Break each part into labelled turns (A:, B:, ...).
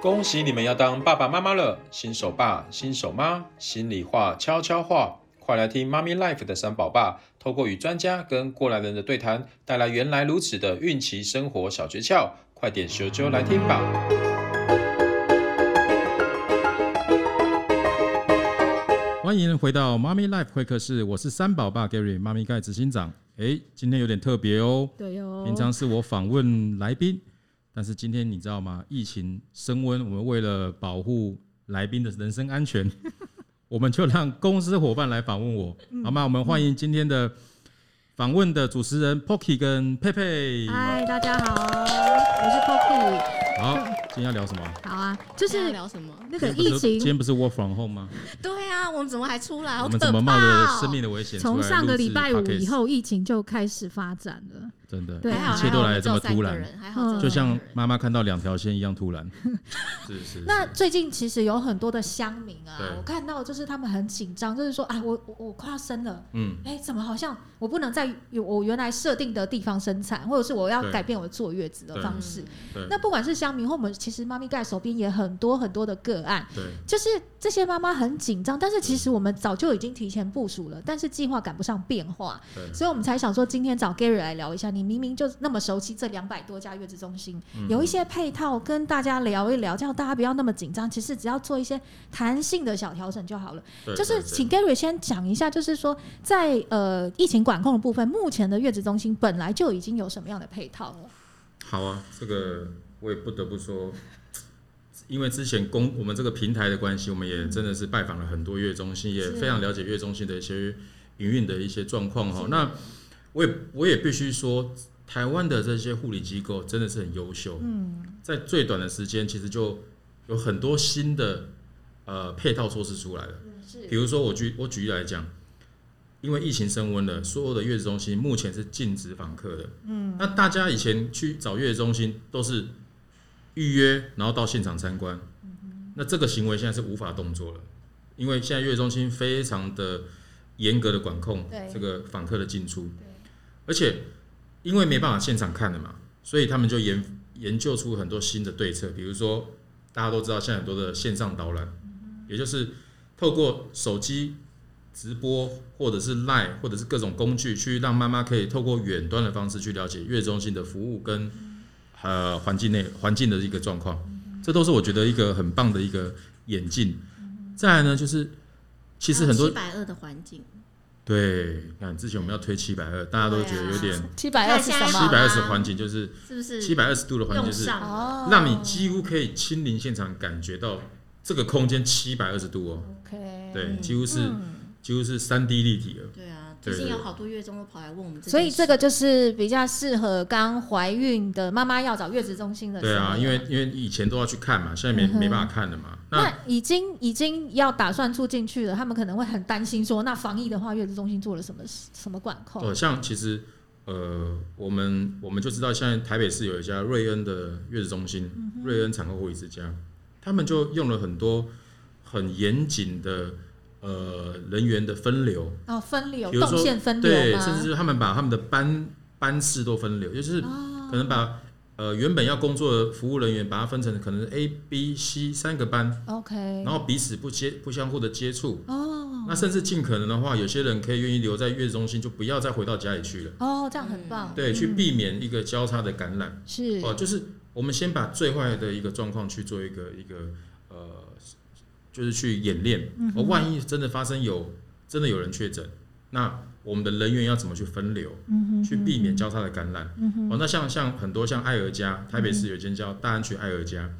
A: 恭喜你们要当爸爸妈妈了，新手爸、新手妈，心里话、悄悄话，快来听妈咪 life 的三宝爸，透过与专家跟过来人的对谈，带来原来如此的孕期生活小诀窍，快点咻啾来听吧！欢迎回到妈咪 life 会客室，我是三宝爸 Gary，妈咪盖执行长。诶，今天有点特别哦，
B: 对哦，
A: 平常是我访问来宾，但是今天你知道吗？疫情升温，我们为了保护来宾的人身安 全，我们就让公司伙伴来访问我，
B: 嗯
A: 好吗？我们欢迎今天的访问的主持人 Pocky 跟佩佩。
B: 嗨，大家好，我是 Poppy。
A: 好，今天要聊什 么？
B: 好啊，就
C: 就是聊什么？
B: 那个
A: 今天
B: 疫
A: 不是今
B: 情，
A: 天不是 Work from Home 吗？
C: 对啊，我们怎么还出来？好
A: 我
C: 可
A: 们
C: 怕
A: 怎么冒着
C: 哦
A: 生命的危险出来
B: 从上个
A: 录制
B: 礼拜五以
A: podcast？
B: 后，疫情就开始发展了。
A: 真的，
B: 对
C: 啊还好
A: 一切都来得这么突，
C: 还好我们只有
A: 然，
C: 三个人还好只有三个人，
B: 嗯
A: 就像妈妈看到两条线一样 突然。是是是。
D: 那最近其实有很多的乡民啊
A: 对，
D: 我看到就是他们很紧张，就是说啊，我我我快要生了，
A: 嗯，
D: 哎、怎么好像我不能在我原来设定的地方生产，或者是我要
A: 对
D: 改变我坐月子的方式
C: 嗯。
A: 对
D: 那不管是乡民或我们，其实妈咪盖手边也很多很多的个案，
A: 对
D: 就是这些妈妈很紧张，但是其实我们早就已经提前部署了，但是计划赶不上变化，
A: 对。
D: 所以我们才想说今天找 Gary 来聊一下。你明明就那么熟悉这两百多家月子中心，
A: 嗯
D: 有一些配套跟大家聊一聊，这样大家不要那么紧张。其实只要做一些弹性的小调整就好了。
A: 对
D: 就是
A: 对对
D: 请 Gary 先讲一下，就是说在呃疫情管控的部分，目前的月子中心本来就已经有什么样的配套了？
A: 好啊，这个我也不得不说，因为之前公我们这个平台的关系，我们也真的是拜访了很多月中心，也
D: 是
A: 非常了解月中心的一些营运的一些状况哈。那我也我也必须说，台湾的这些护理机构真的是很优秀，
D: 嗯，
A: 在最短的时间，其实就有很多新的呃配套措施出来了。比
D: 是
A: 如说我举我举例来讲，因为疫情升温了，所有的月子中心目前是禁止访客的。嗯，那大家以前去找月子中心都是预约，然后到现场参观。那这个行为现在是无法动作了，因为现在月子中心非常的严格的管控
D: 对
A: 这个访客的进出，而且因为没办法现场看了嘛，所以他们就研研究出很多新的对策，比如说大家都知道现在很多的线上导览，
D: 嗯
A: 也就是透过手机直播或者是 Line 或者是各种工具，去让妈妈可以透过远端的方式去了解月中心的服务跟呃环境内环境的一个状况，这都是我觉得一个很棒的一个演进。再来呢，就是其实很多
C: 七百二的环境，
A: 对，你看之前我们要推七百二，大家都觉得有点
D: 七百二是
C: 看
D: 什
C: 一
A: 七
C: 下
D: 么？
A: 百二十环境，就是
C: 是不啊是
A: 七百二十度的环境，
C: 用
A: 就是
C: 上了？
A: 让
D: 哦
A: 你几乎可以亲临现场感觉到这个空间七百二十度哦，
D: OK，
A: 对，
C: 嗯
A: 几乎是几乎是三 D 立体了。
C: 对啊，
A: 对
C: 最近
A: 对
C: 有好多月中都跑来问我们件事，
D: 所以这个就是比较适合刚怀孕的妈妈要找月子中心的时候。
A: 对啊，因为因为以前都要去看嘛，现在没
D: 嗯哼
A: 没办法看了嘛。那
D: 那已经已经要打算住进去了，他们可能会很担心说，那防疫的话，月子中心做了什么什么管控？
A: 呃，像其实呃，我们我们就知道，现在台北市有一家瑞恩的月子中心，
D: 嗯
A: 瑞恩产后护理之家，他们就用了很多很严谨的呃人员的分流，
D: 哦，分流
A: 比如说
D: 动线分
A: 对，
D: 流吗？
A: 甚至是他们把他们的班班次都分流，就是
D: 哦
A: 可能把、呃原本要工作的服务人员，把它分成可能 A、B、C 三个班，
D: OK，
A: 然后彼此不接不相互的接触。
D: 嗯哦
A: 那甚至尽可能的话，有些人可以愿意留在月子中心，就不要再回到家里去了。
D: 哦，这样很棒，
A: 对，去避免一个交叉的感染。
D: 是
A: 嗯哦，就是我们先把最坏的一个状况去做一个一个呃，就是去演练。
D: 嗯
A: 哦，万一真的发生有真的有人确诊，那我们的人员要怎么去分流，
D: 嗯
A: 去避免交叉的感染？哦，那像像很多像爱尔家，台北市有一间叫大安区爱尔家，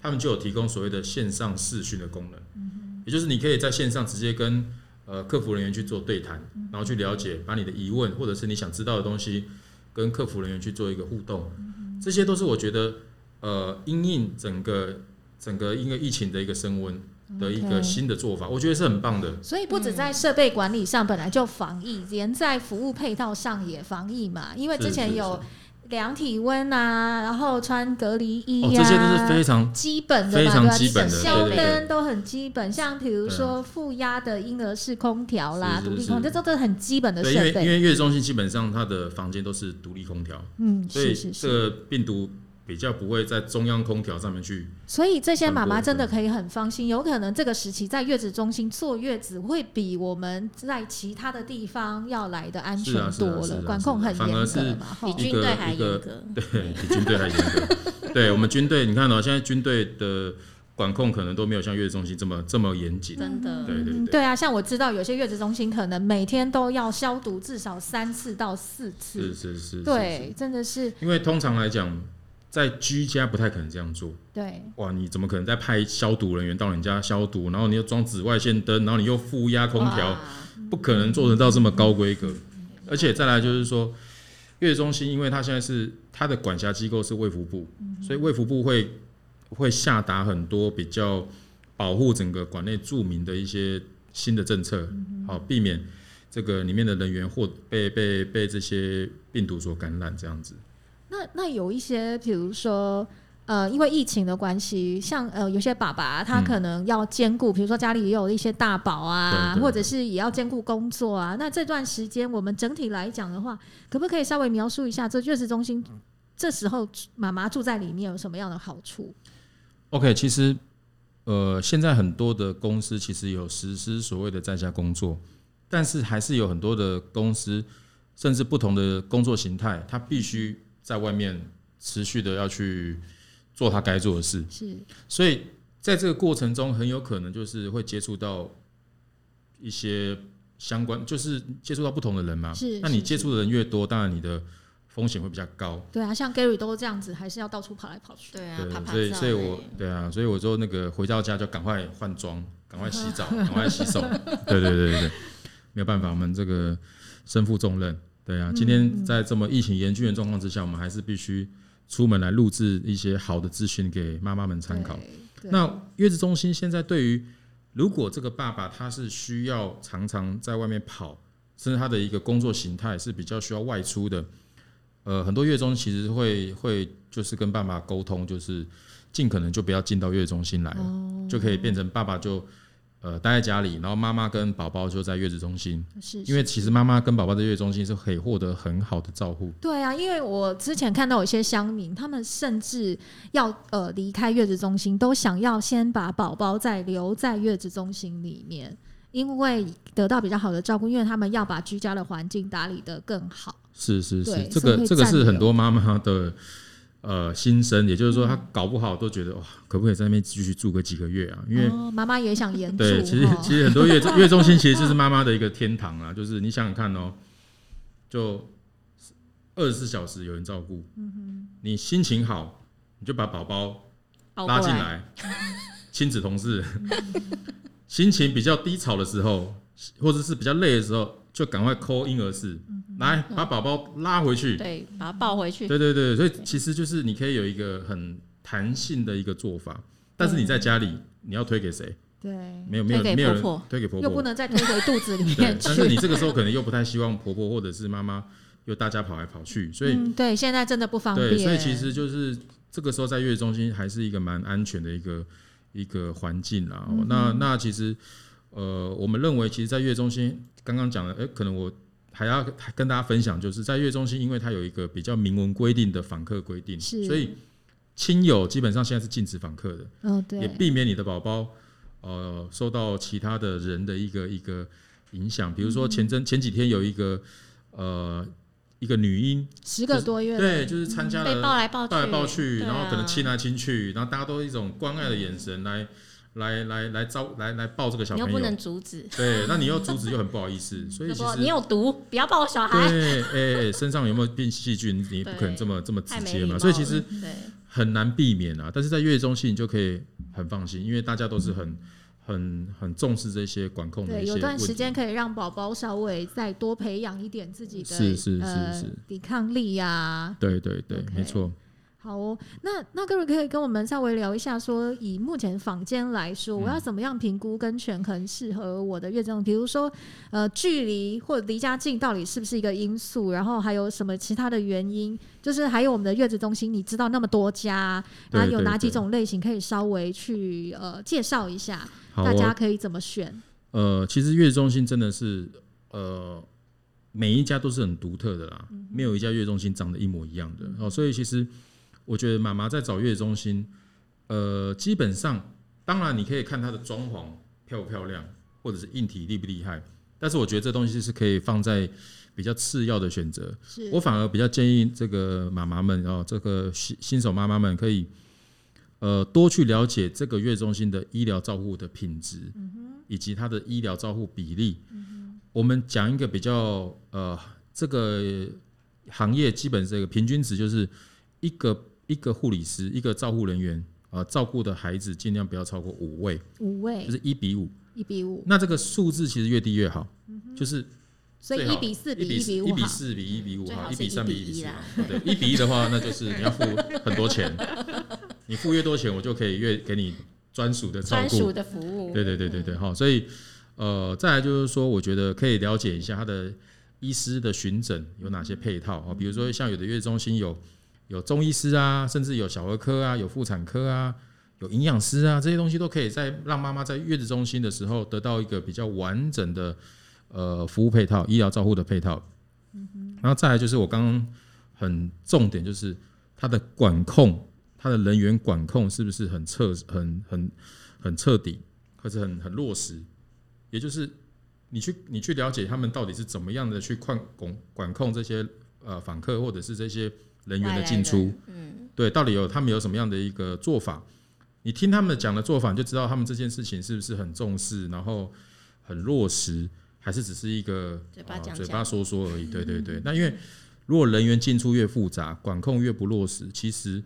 A: 他们就有提供所谓的线上视讯的功能，
D: 嗯
A: 也就是你可以在线上直接跟呃客服人员去做对谈，
D: 嗯
A: 然后去了解，把你的疑问或者是你想知道的东西，跟客服人员去做一个互动，
D: 嗯
A: 这些都是我觉得呃因应整个整个因为疫情的一个升温的一个
D: OK
A: 新的做法，我觉得是很棒的。
D: 所以不止在设备管理上本来就防疫，连在服务配套上也防疫嘛，因为之
A: 是
D: 前
A: 是
D: 有量体温啊，然后穿隔离衣
A: 哦，
D: 啊，
A: 这些都是非常
D: 基本的嘛，
A: 非常
D: 对吧
A: 基本的对对
D: 你整
A: 对啊
D: 消灯都很基本，像比如说负压的婴儿室空调啦
A: 是、是
D: 独立
A: 是
D: 空调，这都是很基本的
A: 对，因为
D: 设
A: 因
D: 备。
A: 为月子中心基本上它的房间都是独立空调，
D: 嗯，
A: 所以
D: 是
A: 这
D: 是是，
A: 个病毒比较不会在中央空调上面去。
D: 所以这些妈妈真的可以很放心，有可能这个时期在月子中心坐月子会比我们在其他的地方要来的安全
A: 是啊是
D: 多
A: 啊
D: 了，
A: 是啊
D: 管控很
A: 反而
D: 严
A: 是
D: 格嘛。
C: 比
D: 吼
A: 一
C: 军
A: 个
C: 队还
A: 一
C: 严
A: 个
C: 格。
A: 对，比军队还严格。对我们军队，你看哦，现在军队的管控可能都没有像月子中心这么这么严谨。
C: 真的
A: 对对
D: 嗯对啊，像我知道有些月子中心可能每天都要消毒至少三次到四
A: 是
D: 次，
A: 是是，是，
D: 对，真的是
A: 是因为通常来讲，在居家不太可能这样做。
D: 对。
A: 哇，你怎么可能再派消毒人员到你家消毒，然后你又装紫外线灯，然后你又负压空调，
C: 哇
A: 不可能做得到这么高规格。而且再来就是说，月子中心因为它现在是它的管辖机构是卫福部，所以卫福部会会下达很多比较保护整个馆内住民的一些新的政策，好、避免这个里面的人员或被被被这些病毒所感染这样子。
D: 那那有一些，比如说。呃，因为疫情的关系，像呃有些爸爸他
A: 嗯
D: 可能要兼顾，比如说家里也有一些大宝啊，
A: 对对
D: 或者是也要兼顾工作啊。那这段时间我们整体来讲的话，可不可以稍微描述一下这月子中心
A: 嗯
D: 这时候妈妈住在里面有什么样的好处？
A: OK，其实呃，现在很多的公司其实有实施所谓的在家工作，但是还是有很多的公司，甚至不同的工作形态，它必须在外面持续的要去做它该做的事，
D: 是
A: 所以在这个过程中，很有可能就是会接触到一些相关，就是接触到不同的人嘛。
D: 是
A: 那你
D: 是
A: 接触的人越多，当然你的风险会比较高。
D: 对啊，像 Gary 都这样子，还是要到处跑来跑去。
C: 对啊，
A: 对，
C: 啪啪
A: 所以
C: 照
A: 所以
C: 欸
A: 我对啊，所以我说那个回到家就赶快换装，赶快洗 澡，赶快洗手。对对对对对，没有办法，我们这个身负重任。对啊，今
C: 嗯
A: 天在这么疫情严峻的状况之下，我们还是必须出门来录制一些好的资讯给妈妈们参考。
D: 对
A: 那月子中心现在对于如果这个爸爸他是需要常常在外面跑，甚至他的一个工作形态是比较需要外出的，呃，很多月中其实会会就是跟爸爸沟通，就是尽可能就不要进到月中心来了，
D: 哦
A: 就可以变成爸爸就呃待在家里，然后妈妈跟宝宝就在月子中心，
D: 是
A: 因为其实妈妈跟宝宝在月子中心是可以获得很好的照顾。
D: 对啊，因为我之前看到有些乡民，他们甚至要呃离开月子中心，都想要先把宝宝再留在月子中心里面，因为得到比较好的照顾，因为他们要把居家的环境打理得更好。
A: 是是是
D: 对，
A: 这
D: 是会
A: 个这个
D: 占
A: 是
D: 有嗯
A: 很多妈妈的呃心声，也就是说，她搞不好都觉得哇，可不可以在那边继续住个几个月啊？因为、
D: 哦妈妈也想延住，
A: 对，其实
D: 哦
A: 其实很多月月中心 其实就是妈妈的一个天堂啊，就是你想想看哦，就二十四小时有人照顾，
D: 嗯
A: 你心情好，你就把宝宝
C: 抱
A: 拉
C: 过
A: 进，来， 亲子同事，心情比较低潮的时候，或者是比较累的时候，就赶快 call 婴儿室，
D: 嗯
A: 来把宝宝拉回去。
C: 对，把它抱回去。
A: 对对对，所以其实就是你可以有一个很弹性的一个做法，但是你在家里你要推给谁？
D: 对，
A: 没有没有
C: 推给
A: 没有人
C: 婆婆
A: 推给婆
D: 又不
A: 婆，
D: 能再推回肚子里
A: 对
D: 面，
A: 但是
D: 去。
A: 你这个时候可能又不太希望婆婆或者是妈妈又大家跑来跑去，所以、
D: 嗯，对，现在真的不方便。
A: 对，所以其实就是这个时候在月子中心还是一个蛮安全的一个一个环境啦。哦
D: 嗯
A: 那那其实呃，我们认为其实，在月子中心刚刚讲的，哎，可能我还要还跟大家分享，就是在月子中心，因为它有一个比较明文规定的访客规定，
D: 是
A: 所以亲友基本上现在是禁止访客的，
D: 嗯，
A: 也
D: 对，
A: 避免你的宝宝呃受到其他的人的一个一个影响。比如
D: 嗯
A: 说前阵前几天有一个呃一个女婴，
D: 十个多月了，
A: 对，就是参加
C: 被
A: 了
C: 抱来抱去，
A: 抱来抱去，
C: 对啊
A: 然后可能亲来亲去，然后大家都一种关爱的眼神来来来来招来来抱这个小
C: 你又
A: 朋
C: 不
A: 友
C: 能。阻止，
A: 对，那你又阻止又很不好意思，所以
C: 就
A: 其
C: 说
A: 实
C: 你有毒，不要抱我小孩，
A: 对，哎、哎、身上有没有病细菌，你也不可能这么这么直
C: 太没
A: 接
C: 礼貌
A: 嘛，
C: 了。
A: 所以其实
C: 对，
A: 很难避免啊。但是在月中心你就可以很放心，因为大家都是很很很重视这些管控的
D: 对，
A: 一些
D: 有段时
A: 问题
D: 间可以让宝宝稍微再多培养一点自己的
A: 是是是
D: 呃
A: 是
D: 抵抗力呀、
A: 对对对
D: OK
A: 没错。
D: 好哦，那那各位可以跟我们稍微聊一下说以目前坊间来说，
A: 嗯
D: 我要怎么样评估跟权衡适合我的月子中心？比如说，呃，距离或者离家近到底是不是一个因素？然后还有什么其他的原因？就是还有我们的月子中心，你知道那么多家，
A: 对
D: 那有
A: 对
D: 哪几
A: 对
D: 种类型可以稍微去呃介绍一下？
A: 好，哦
D: 大
A: 我
D: 家可以怎么选？
A: 呃，其实月子中心真的是呃，每一家都是很独特的啦，没有一家月子中心长得一模一样的、哦，所以其实我觉得妈妈在找月子中心，呃，基本上，当然你可以看她的装潢漂不漂亮，或者是硬体厉不厉害，但是我觉得这东西是可以放在比较次要的选择。
D: 是
A: 我反而比较建议这个妈妈们哦，这个新新手妈妈们可以，呃，多去了解这个月中心的医疗照护的品质，以及它的医疗照护比例。我们讲一个比较呃，这个行业基本这个平均值就是一个一个护理师，一个照护人员啊、呃照顾的孩子尽量不要超过五位，
D: 五位
A: 就是一比五。
D: 一比五，
A: 那这个数字其实越低越好，就是
D: 所以
A: 最好
D: 一比四比
A: 一比
D: 比
A: 一
D: 五
A: 比
D: 好。
A: 四比一比五
C: 最
A: 哈，
C: 好
A: 一
C: 是
A: 比三比一
C: 1比
A: 比
C: 一
A: 四
C: 啦
A: 嘛，对，一比一的话，那就是你要付很多钱，你付越多钱，我就可以越给你专属的照
C: 专属
A: 顾。
C: 的服
D: 嗯
C: 务，
A: 对对对对对，哈，所以呃，再来就是说，我觉得可以了解一下他的医师的巡诊有哪些配套啊，比如说像有的月子中心有有中医师啊，甚至有小儿科啊，有妇产科啊，有营养师啊，这些东西都可以在让妈妈在月子中心的时候得到一个比较完整的呃服务配套、医疗照护的配套。然后再来就是我刚刚很重点就是它的管控，它的人员管控是不是很彻、很很很彻底，或者很很落实？也就是你去你去了解他们到底是怎么样的去管管管控这些呃访客或者是这些人员的进出。
C: 嗯，
A: 对，到底有他们有什么样的一个做法？你听他们讲的做法，你就知道他们这件事情是不是很重视，然后很落实，还是只是一个
C: 嘴巴
A: 啊
C: 讲
A: 嘴
C: 讲嗯
A: 巴说说而已。对对对，那因为如果人员进出越复杂，管控越不落实，其实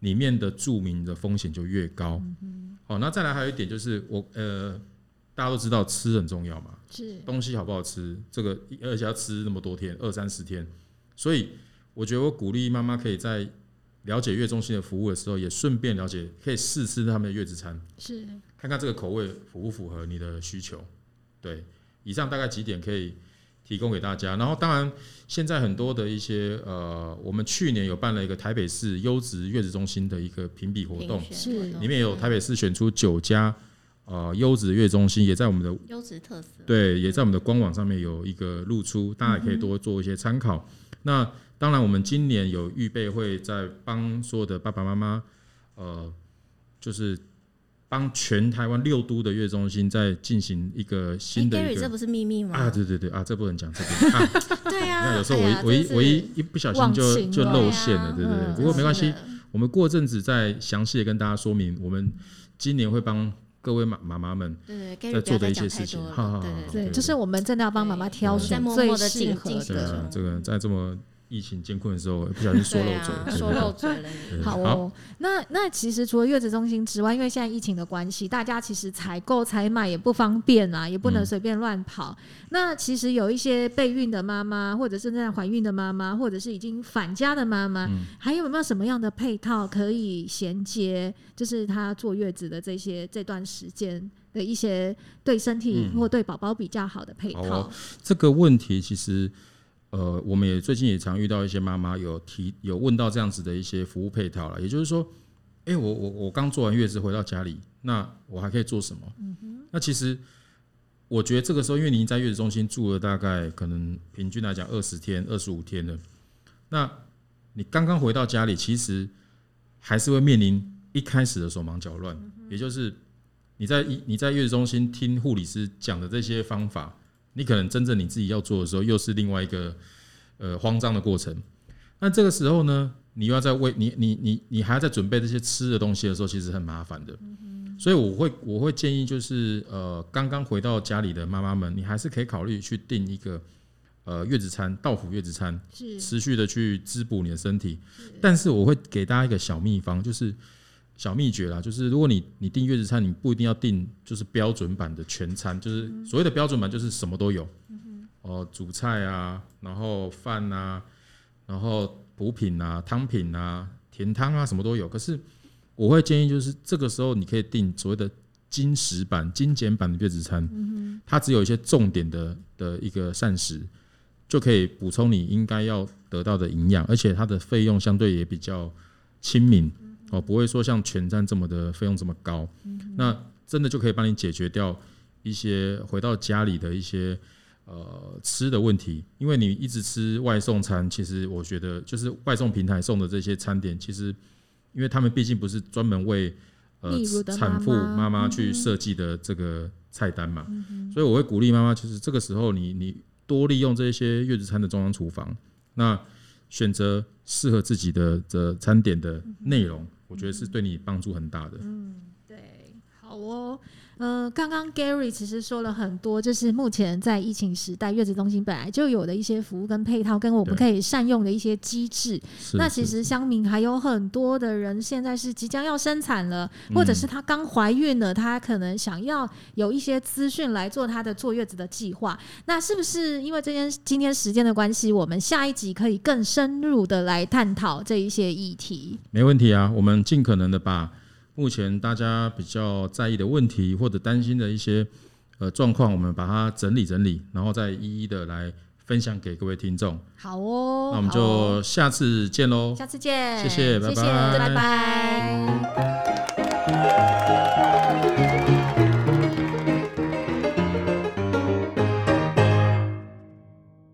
A: 里面的著名的风险就越高。
C: 嗯
A: 好、那再来还有一点就是我呃，大家都知道吃很重要嘛，
D: 是
A: 东西好不好吃，这个而且要吃那么多天，二三十天，所以我觉得我鼓励妈妈可以在了解月中心的服务的时候，也顺便了解，可以试吃他们的月子餐，
D: 是，
A: 看看这个口味符不符合你的需求。对，以上大概几点可以提供给大家。然后，当然现在很多的一些呃，我们去年有办了一个台北市优质月子中心的一个评比活
C: 评
A: 动，
C: 选哦
D: 是
C: 活动
A: 里面有台北市选出九家呃优质月子中心，也在我们的
C: 优质特色，
A: 对，也在我们的官网上面有一个露出，大家也可以多做一些参考。那当然，我们今年有预备会在帮所有的爸爸妈妈，呃，就是帮全台湾六都的月中心在进行一个
C: 哎
A: 新的一
C: Gary，这
A: 个。
C: 不是秘密吗？
A: 啊，对对对啊，这不能讲，这 不能啊，
C: 对啊，
A: 那有时候我
C: 哎
A: 一、
C: 呀
A: 我一
C: 真是
A: 我一一不小心
D: 忘
A: 就
D: 情
A: 就
D: 了
A: 露馅了，对
C: 对
A: 对
C: 啊
A: 对。
D: 嗯
A: 不过没关系
C: 真，是的
A: 我们过阵子再详细的跟大家说明，我们今年会帮各位妈妈妈们
C: 对对
A: 在
C: ，Gary
A: 做
C: 不
A: 的
C: 要
A: 一些
C: 再讲
A: 事
C: 太
A: 情
C: 多了
A: 好好好
C: 对
A: 好
C: 对
D: 对，
A: 对
D: 就是我们真的要帮妈妈挑
A: 我们在
D: 选
C: 默
D: 最
C: 默地
D: 适
C: 进
D: 合
C: 进
D: 的
C: 行
A: 对啊
C: 中，
A: 这个在这么疫情艰困的时候，不小心说漏
C: 对
A: 嘴
C: 啊，
A: 对，
C: 说漏嘴了你，
A: 对
D: 好
A: 好，
D: 哦，那那其实除了月子中心之外，因为现在疫情的关系，大家其实采购采买也不方便啊，也不能
A: 嗯
D: 随便乱跑。那其实有一些备孕的妈妈，或者是正在怀孕的妈妈，或者是已经返家的妈妈，
A: 嗯
D: 还有没有什么样的配套可以衔接？就是她坐月子的这些这段时间的一些对身体
A: 嗯
D: 或对宝宝比较好的配
A: 好哦
D: 套。
A: 这个问题其实，呃，我们也最近也常遇到一些妈妈有提有问到这样子的一些服务配套了，也就是说，哎、我我我刚做完月子回到家里，那我还可以做什么？那其实我觉得这个时候，因为您在月子中心住了大概可能平均来讲二十天、二十五天了，那你刚刚回到家里，其实还是会面临一开始的手忙脚乱，也就是你在你在月子中心听护理师讲的这些方法，你可能真正你自己要做的时候，又是另外一个呃慌张的过程。那这个时候呢，你又要在为你你你你还要在准备这些吃的东西的时候，其实很麻烦的。所以我会我会建议就是呃，刚刚回到家里的妈妈们，你还是可以考虑去订一个呃月子餐，到府月子餐，
D: 是
A: 持续的去滋补你的身体。但是我会给大家一个小秘方，就是小秘诀啦，就是如果你你订月子餐，你不一定要订就是标准版的全餐，就是所谓的标准版就是什么都有，哦、主菜啊，然后饭啊，然后补品啊、汤品啊、甜汤啊，什么都有。可是我会建议就是这个时候你可以订所谓的。精食版、精简版的月子餐，它只有一些重点的的一个膳食，就可以补充你应该要得到的营养，而且它的费用相对也比较亲民哦，不会说像全站这么的费用这么高。那真的就可以帮你解决掉一些回到家里的一些呃吃的问题，因为你一直吃外送餐，其实我觉得就是外送平台送的这些餐点，其实因为他们毕竟不是专门为呃
D: 例如的妈妈
A: 产妇妈妈去
D: 嗯哼嗯
A: 设计的这个菜单嘛，所以我会鼓励妈妈，就是这个时候你你多利用这些月子餐的中央厨房，那选择适合自己的的餐点的
D: 嗯
A: 内容，我觉得是对你帮助很大的。
D: 对，好哦。呃，刚刚 Gary 其实说了很多，就是目前在疫情时代，月子中心本来就有的一些服务跟配套，跟我们
A: 对
D: 可以善用的一些机制。
A: 是
D: 那其
A: 是
D: 实乡民还有很多的人现在是即将要生产了，或者是她刚怀孕了，她可能想要有一些资讯来做她的坐月子的计划。那是不是因为这件今天时间的关系，我们下一集可以更深入的来探讨这一些议题？
A: 没问题啊，我们尽可能的把目前大家比较在意的问题或者担心的一些呃状况，我们把它整理整理，然后再一一的来分享给各位听众。
D: 好哦，
A: 那我们
D: 好哦
A: 就下次见喽，
D: 下次见，
A: 谢谢拜
D: 谢谢，
A: 拜
D: 拜拜